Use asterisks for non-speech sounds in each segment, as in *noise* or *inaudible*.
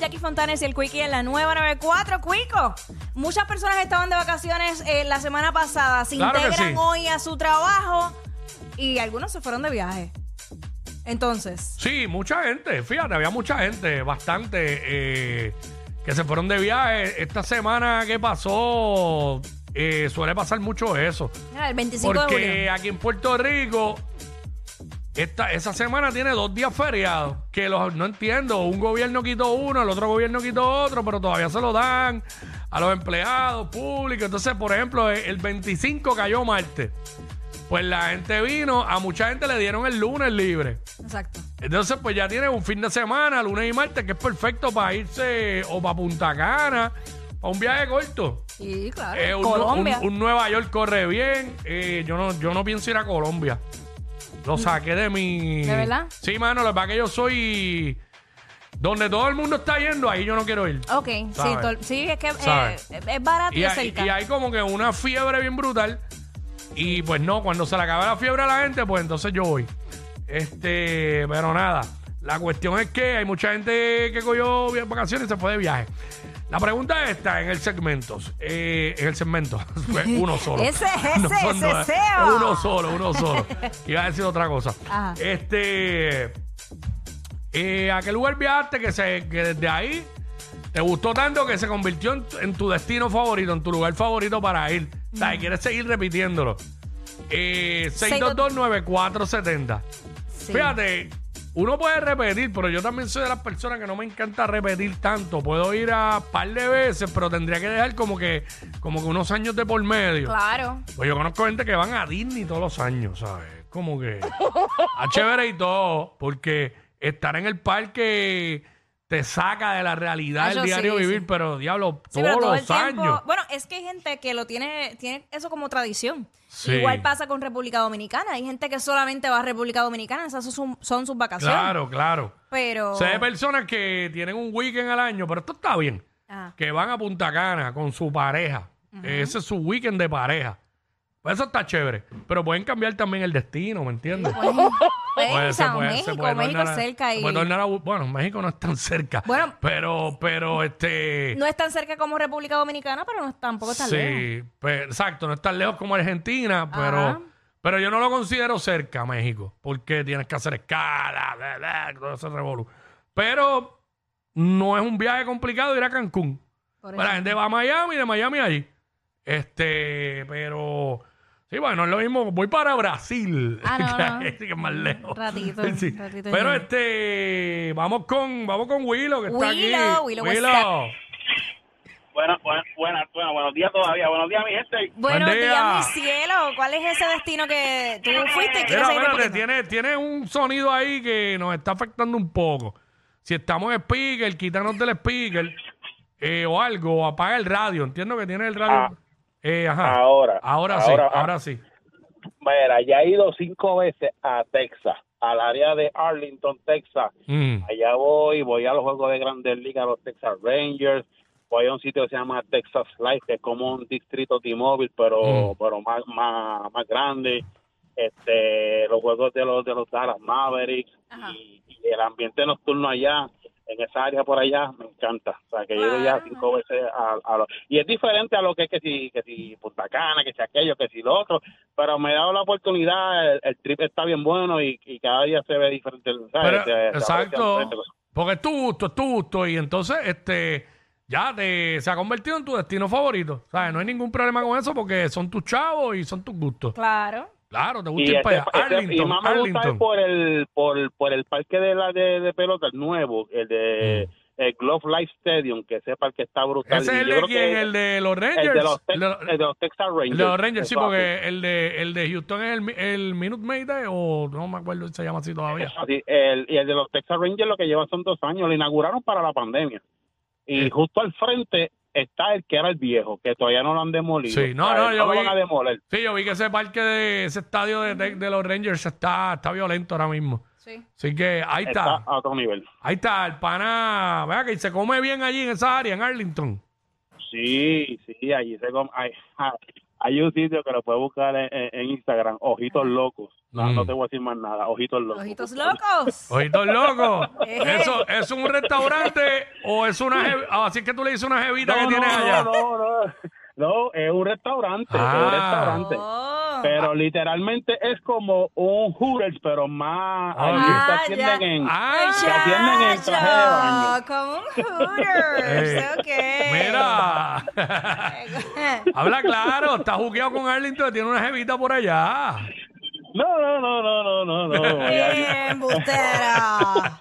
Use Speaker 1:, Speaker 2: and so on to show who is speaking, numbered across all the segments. Speaker 1: Jackie Fontanes y el Quickie en la nueva 94. Quico, muchas personas estaban de vacaciones eh, la semana pasada, se
Speaker 2: Claro que
Speaker 1: integran
Speaker 2: sí.
Speaker 1: hoy a su trabajo y algunos se fueron de viaje. Entonces,
Speaker 2: Sí, mucha gente, fíjate, había mucha gente, bastante, eh, que se fueron de viaje. Esta semana que pasó, eh, suele pasar mucho eso.
Speaker 1: mira, el 25 de
Speaker 2: Porque
Speaker 1: julio.
Speaker 2: aquí en Puerto Rico, esta, esa semana tiene dos días feriados, que los, no entiendo, un gobierno quitó uno, el otro gobierno quitó otro, pero todavía se lo dan a los empleados públicos. Entonces, por ejemplo, el- el 25 cayó martes. Pues la gente vino, a mucha gente le dieron el lunes libre.
Speaker 1: Exacto.
Speaker 2: Entonces, pues ya tienes un fin de semana, lunes y martes, que es perfecto para irse o para Punta Cana, para un viaje corto.
Speaker 1: Y claro,
Speaker 2: Eh, un,
Speaker 1: Colombia.
Speaker 2: un- un Nueva York corre bien. Eh, yo, no, yo no pienso ir a Colombia. Lo saqué de mi.
Speaker 1: ¿De verdad?
Speaker 2: Sí, mano, la verdad que yo soy. Donde todo el mundo está yendo, ahí yo no quiero ir.
Speaker 1: ok, sí,
Speaker 2: ¿Sabes?
Speaker 1: tol- sí, es que eh,
Speaker 2: ¿Sabes?
Speaker 1: es barato y,
Speaker 2: Y
Speaker 1: es
Speaker 2: hay,
Speaker 1: cerca.
Speaker 2: y hay como que una fiebre bien brutal. Y pues no, cuando se le acaba la fiebre a la gente, pues entonces yo voy. Este, pero nada. La cuestión es que hay mucha gente que cogió vi- vacaciones y se fue de viaje. La pregunta está en el segmento. eh, en el segmento. *laughs* Fue uno solo.
Speaker 1: Ese,
Speaker 2: *laughs*
Speaker 1: ese,
Speaker 2: son
Speaker 1: ese,
Speaker 2: dos, eh.
Speaker 1: Seba.
Speaker 2: Uno solo, uno solo.
Speaker 1: *laughs*
Speaker 2: Iba a decir otra cosa.
Speaker 1: Ajá.
Speaker 2: Este. eh, ¿A qué lugar viajaste que, se, que desde ahí te gustó tanto que se convirtió en, tu- en tu destino favorito, en tu lugar favorito para ir? O
Speaker 1: Mm.
Speaker 2: sea, y quieres seguir repitiéndolo. Eh, 6229470.
Speaker 1: Sí.
Speaker 2: Fíjate, uno puede repetir, pero yo también soy de las personas que no me encanta repetir tanto. Puedo ir a par de veces, pero tendría que dejar como que, como que unos años de por medio.
Speaker 1: Claro.
Speaker 2: Pues yo conozco gente que van a Disney todos los años, ¿sabes? Como que a chévere y todo, porque estar en el parque te saca de la realidad
Speaker 1: Ah, yo
Speaker 2: del diario
Speaker 1: sí,
Speaker 2: vivir,
Speaker 1: sí.
Speaker 2: pero diablo,
Speaker 1: Sí,
Speaker 2: todos
Speaker 1: pero todo
Speaker 2: los
Speaker 1: el tiempo-
Speaker 2: años.
Speaker 1: Bueno, es que hay gente que lo tiene, tiene eso como tradición.
Speaker 2: Sí.
Speaker 1: Igual pasa con República Dominicana. Hay gente que solamente va a República Dominicana. Esas son, son sus vacaciones.
Speaker 2: Claro, claro.
Speaker 1: Pero.
Speaker 2: Se ve personas que tienen un weekend al año, pero esto está bien.
Speaker 1: Ajá.
Speaker 2: Que van a Punta Cana con su pareja. Ese es su weekend de pareja. Pues eso está chévere. Pero pueden cambiar también el destino, ¿me entiendes?
Speaker 1: Pues,
Speaker 2: Puede,
Speaker 1: o
Speaker 2: se
Speaker 1: sea,
Speaker 2: puede, se
Speaker 1: México,
Speaker 2: puede
Speaker 1: México
Speaker 2: tornar a-
Speaker 1: cerca
Speaker 2: se
Speaker 1: y
Speaker 2: puede tornar a- bueno, México no es tan cerca.
Speaker 1: Bueno.
Speaker 2: pero, pero este.
Speaker 1: no es tan cerca como República Dominicana, pero no es- tampoco es tan lejos.
Speaker 2: sí, pe- exacto, no es tan lejos como Argentina,
Speaker 1: Ajá.
Speaker 2: pero, pero yo no lo considero cerca, México, porque tienes que hacer escala, bla, bla, todo ese revolú. Pero no es un viaje complicado ir a Cancún.
Speaker 1: Por
Speaker 2: Bueno, la
Speaker 1: ejemplo.
Speaker 2: gente va a Miami, de Miami allí. Este, pero. Sí, bueno, no es lo mismo. Voy para Brasil.
Speaker 1: Ah,
Speaker 2: *laughs*
Speaker 1: no, no.
Speaker 2: que es- que es más lejos.
Speaker 1: Ratito,
Speaker 2: Sí.
Speaker 1: ratito
Speaker 2: Pero
Speaker 1: ya.
Speaker 2: este, vamos con, vamos con Willow, que está aquí.
Speaker 1: Willow, Willow, what's
Speaker 2: Willow.
Speaker 3: Bueno, bueno, bueno, bueno, buenos días todavía. Buenos días, mi gente.
Speaker 1: Buenos
Speaker 2: Buen día.
Speaker 1: días, mi cielo. ¿Cuál es ese destino que tú fuiste y
Speaker 2: Mira,
Speaker 1: quieres seguir
Speaker 2: espérate,
Speaker 1: repitiendo?
Speaker 2: tiene, tiene un sonido ahí que nos está afectando un poco. Si estamos en speaker, quítanos del speaker eh, o algo, o apaga el radio. Entiendo que tiene el radio.
Speaker 3: Ah.
Speaker 2: Eh, ajá.
Speaker 3: Ahora,
Speaker 2: Ahora sí,
Speaker 3: ahora, ah.
Speaker 2: ahora sí.
Speaker 3: Mira, ya he ido cinco veces a Texas, al área de Arlington, Texas.
Speaker 2: Mm.
Speaker 3: Allá voy, voy a los juegos de Grandes Ligas, a los Texas Rangers. Voy a un sitio que se llama Texas Life, que es como un distrito T-Mobile, pero,
Speaker 2: Mm.
Speaker 3: pero más, más, más grande. Este, los juegos de los de los Dallas Mavericks
Speaker 1: Ajá.
Speaker 3: y, y el ambiente nocturno allá, en esa área por allá, me encanta. O sea, que yo he ido ya
Speaker 1: Claro.
Speaker 3: cinco veces a, a lo- y es diferente a lo que es que si, que si Punta Cana, que si aquello, que si lo otro, pero me he dado la oportunidad, el, el trip está bien bueno y, y cada día se ve diferente. ¿sabes?
Speaker 2: Pero,
Speaker 3: Se- se aprecia
Speaker 2: exacto.
Speaker 3: diferente.
Speaker 2: Porque es tu gusto, es tu gusto. Y entonces, este, ya te, se ha convertido en tu destino favorito. ¿Sabes? No hay ningún problema con eso porque son tus chavos y son tus gustos.
Speaker 1: Claro.
Speaker 2: Claro, te gusta
Speaker 3: Y,
Speaker 2: ir para
Speaker 3: este-
Speaker 2: allá.
Speaker 3: este- y
Speaker 2: Arlington,
Speaker 3: más me gusta
Speaker 2: Arlington.
Speaker 3: es por el, por, por el parque de, la, de, de pelota, el nuevo, el de el Glove Life Stadium, que ese parque está brutal.
Speaker 2: Mm. Ese
Speaker 3: Y
Speaker 2: es el
Speaker 3: yo
Speaker 2: de
Speaker 3: creo que
Speaker 2: quién, el de los Rangers.
Speaker 3: el de los, Tex-
Speaker 2: El de los-
Speaker 3: el de los Texas Rangers.
Speaker 2: Los Rangers, sí,
Speaker 3: Eso
Speaker 2: porque el de, el de Houston es el, mi- el Minute Maid eh, o no me acuerdo si se llama así
Speaker 3: así.
Speaker 2: todavía.
Speaker 3: Eso así. El, y el de los Texas Rangers lo que lleva son dos años, lo inauguraron para la pandemia. Y
Speaker 2: Eh.
Speaker 3: justo al frente está el que era el viejo, que todavía no lo han demolido.
Speaker 2: Sí, no,
Speaker 3: O sea,
Speaker 2: no, yo
Speaker 3: lo
Speaker 2: vi-
Speaker 3: van a demoler.
Speaker 2: Sí, yo vi que ese parque de ese estadio de, de- de los Rangers está, está violento ahora mismo.
Speaker 1: Sí.
Speaker 2: Así que ahí
Speaker 3: Está
Speaker 2: está.
Speaker 3: a otro nivel.
Speaker 2: Ahí está, el pana. Vea que se come bien allí en esa área, en Arlington.
Speaker 3: Sí, sí, allí se com- *laughs* hay, hay un sitio que lo puedes buscar en, en- en Instagram, Ojitos Locos. No,
Speaker 2: Mm.
Speaker 3: no te voy a decir más nada, Ojitos Locos.
Speaker 1: Ojitos locos.
Speaker 2: Ojitos locos.
Speaker 1: *laughs* Eh.
Speaker 2: Eso, ¿Es un restaurante o es una je- ah, Así que tú le dices una jevita
Speaker 3: No,
Speaker 2: que
Speaker 3: no,
Speaker 2: tienes
Speaker 3: no,
Speaker 2: allá.
Speaker 3: no, no, no, es un restaurante,
Speaker 2: Ah.
Speaker 3: es un restaurante.
Speaker 1: Oh.
Speaker 3: Pero literalmente es como un Hooters, pero más... allí
Speaker 2: Ah,
Speaker 3: te
Speaker 1: ya.
Speaker 3: atienden en...
Speaker 2: Ah,
Speaker 1: Ay,
Speaker 3: Te atienden en el traje de baño.
Speaker 1: chacho, como un Hooters,
Speaker 2: eh,
Speaker 1: ok.
Speaker 2: Mira. *laughs* Habla claro, está jugueado con Arlington, tiene una jevita por allá.
Speaker 3: No, no, no, no, no,
Speaker 2: *laughs*
Speaker 3: no, no.
Speaker 1: *laughs* Bien, embustera.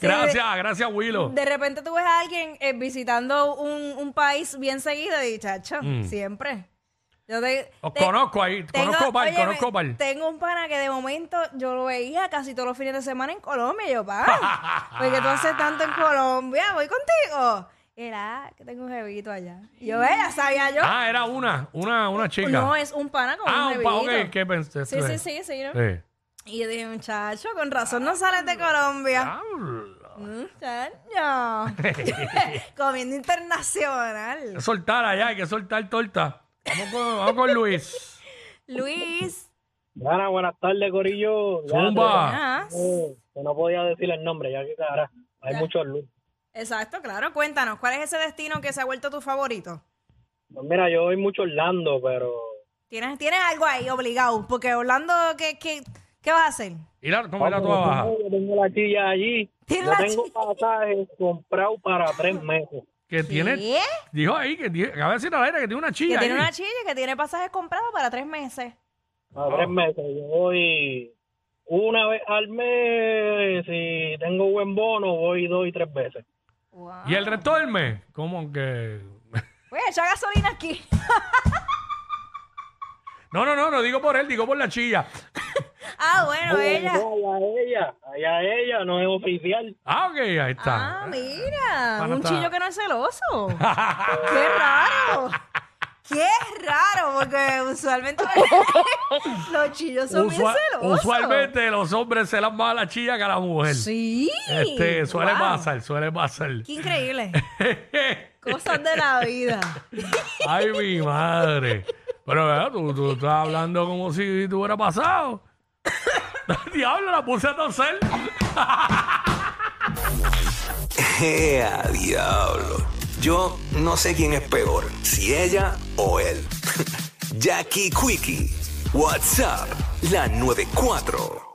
Speaker 2: Gracias, gracias, Willow.
Speaker 1: De repente tú ves a alguien eh, visitando un, un país bien seguido y chacho, siempre. Yo te,
Speaker 2: Mm. Os
Speaker 1: te-
Speaker 2: conozco ahí, conozco par,
Speaker 1: óyeme,
Speaker 2: conozco par.
Speaker 1: Tengo un pana que de momento yo lo veía casi todos los fines de semana en Colombia. Y yo,
Speaker 2: *laughs*
Speaker 1: pa, porque tú haces tanto en Colombia, voy contigo. Y era, que tengo un jevito allá. Y yo, eh, ya sabía yo.
Speaker 2: Ah, era una, una, una chica.
Speaker 1: Eh, no, es un pana con
Speaker 2: ah,
Speaker 1: un
Speaker 2: un pa,
Speaker 1: jevito.
Speaker 2: ok, ¿qué pensé?
Speaker 1: Sí, sí, sí, sí, ¿no?
Speaker 2: Sí.
Speaker 1: Y yo dije, muchacho, con razón no sales de Colombia.
Speaker 2: Habla.
Speaker 1: Muchacho.
Speaker 2: *laughs*
Speaker 1: Comiendo internacional.
Speaker 2: Hay que soltar allá, hay que soltar torta. Vamos con, vamos con Luis.
Speaker 1: Luis.
Speaker 4: Buenas, buenas tardes, Corillo. Ya,
Speaker 2: Zumba.
Speaker 1: ah,
Speaker 4: eh, que no podía decir el nombre, ya que cara, hay
Speaker 1: Ya.
Speaker 4: muchos luz.
Speaker 1: Exacto, claro. Cuéntanos, ¿cuál es ese destino que se ha vuelto tu favorito?
Speaker 4: Pues mira, yo voy mucho a Orlando, pero
Speaker 1: ¿Tienes, tienes algo ahí obligado? Porque Orlando, ¿qué, qué, qué vas a hacer?
Speaker 2: Y la, ¿Cómo era
Speaker 4: Vamos,
Speaker 2: tu baja?
Speaker 4: yo tengo- yo tengo la chilla allí.
Speaker 1: Tiene
Speaker 4: Yo
Speaker 1: la
Speaker 4: tengo
Speaker 1: chilla.
Speaker 4: pasajes comprados para tres meses.
Speaker 2: Que tiene.
Speaker 1: ¿Qué?
Speaker 2: Dijo ahí que tiene. Acaba de decir al aire que tiene una
Speaker 1: Que
Speaker 2: chilla.
Speaker 1: tiene
Speaker 2: ahí.
Speaker 1: una chilla que tiene pasajes comprados para tres meses.
Speaker 4: Para
Speaker 2: Wow.
Speaker 1: Ah.
Speaker 4: tres meses. Yo voy una vez al mes. Si tengo buen bono, voy dos y tres veces.
Speaker 1: Wow.
Speaker 2: Y el resto del mes. ¿Cómo que.? *laughs*
Speaker 1: Voy a echar gasolina aquí. *laughs*
Speaker 2: No, no, no, no digo por él, digo por la chilla.
Speaker 1: Ah,
Speaker 2: Oh,
Speaker 1: bueno, ella.
Speaker 4: No, allá ella, allá ella, no es oficial.
Speaker 2: Ah, ok, ahí está.
Speaker 1: Ah, mira,
Speaker 2: Bueno,
Speaker 1: un
Speaker 2: está.
Speaker 1: chillo que no es
Speaker 2: *laughs*
Speaker 1: celoso. ¡Qué raro! ¡Qué raro! Porque usualmente *laughs* los chillos son
Speaker 2: Usua-
Speaker 1: bien celosos.
Speaker 2: usualmente los hombres se las más a la chilla que a la mujer.
Speaker 1: Sí.
Speaker 2: Este, suele
Speaker 1: Wow.
Speaker 2: pasar, suele pasar.
Speaker 1: Qué
Speaker 2: *laughs*
Speaker 1: increíble. Cosas de la vida.
Speaker 2: Ay, mi madre. Pero ¿verdad? tú, tú estás hablando como si tú hubiera pasado. *laughs* Diablo, la puse a toser.
Speaker 5: *laughs* ¡Ea, diablo! Yo no sé quién es peor, si ella o *laughs* él. Jackie Quickie, WhatsApp, la 94.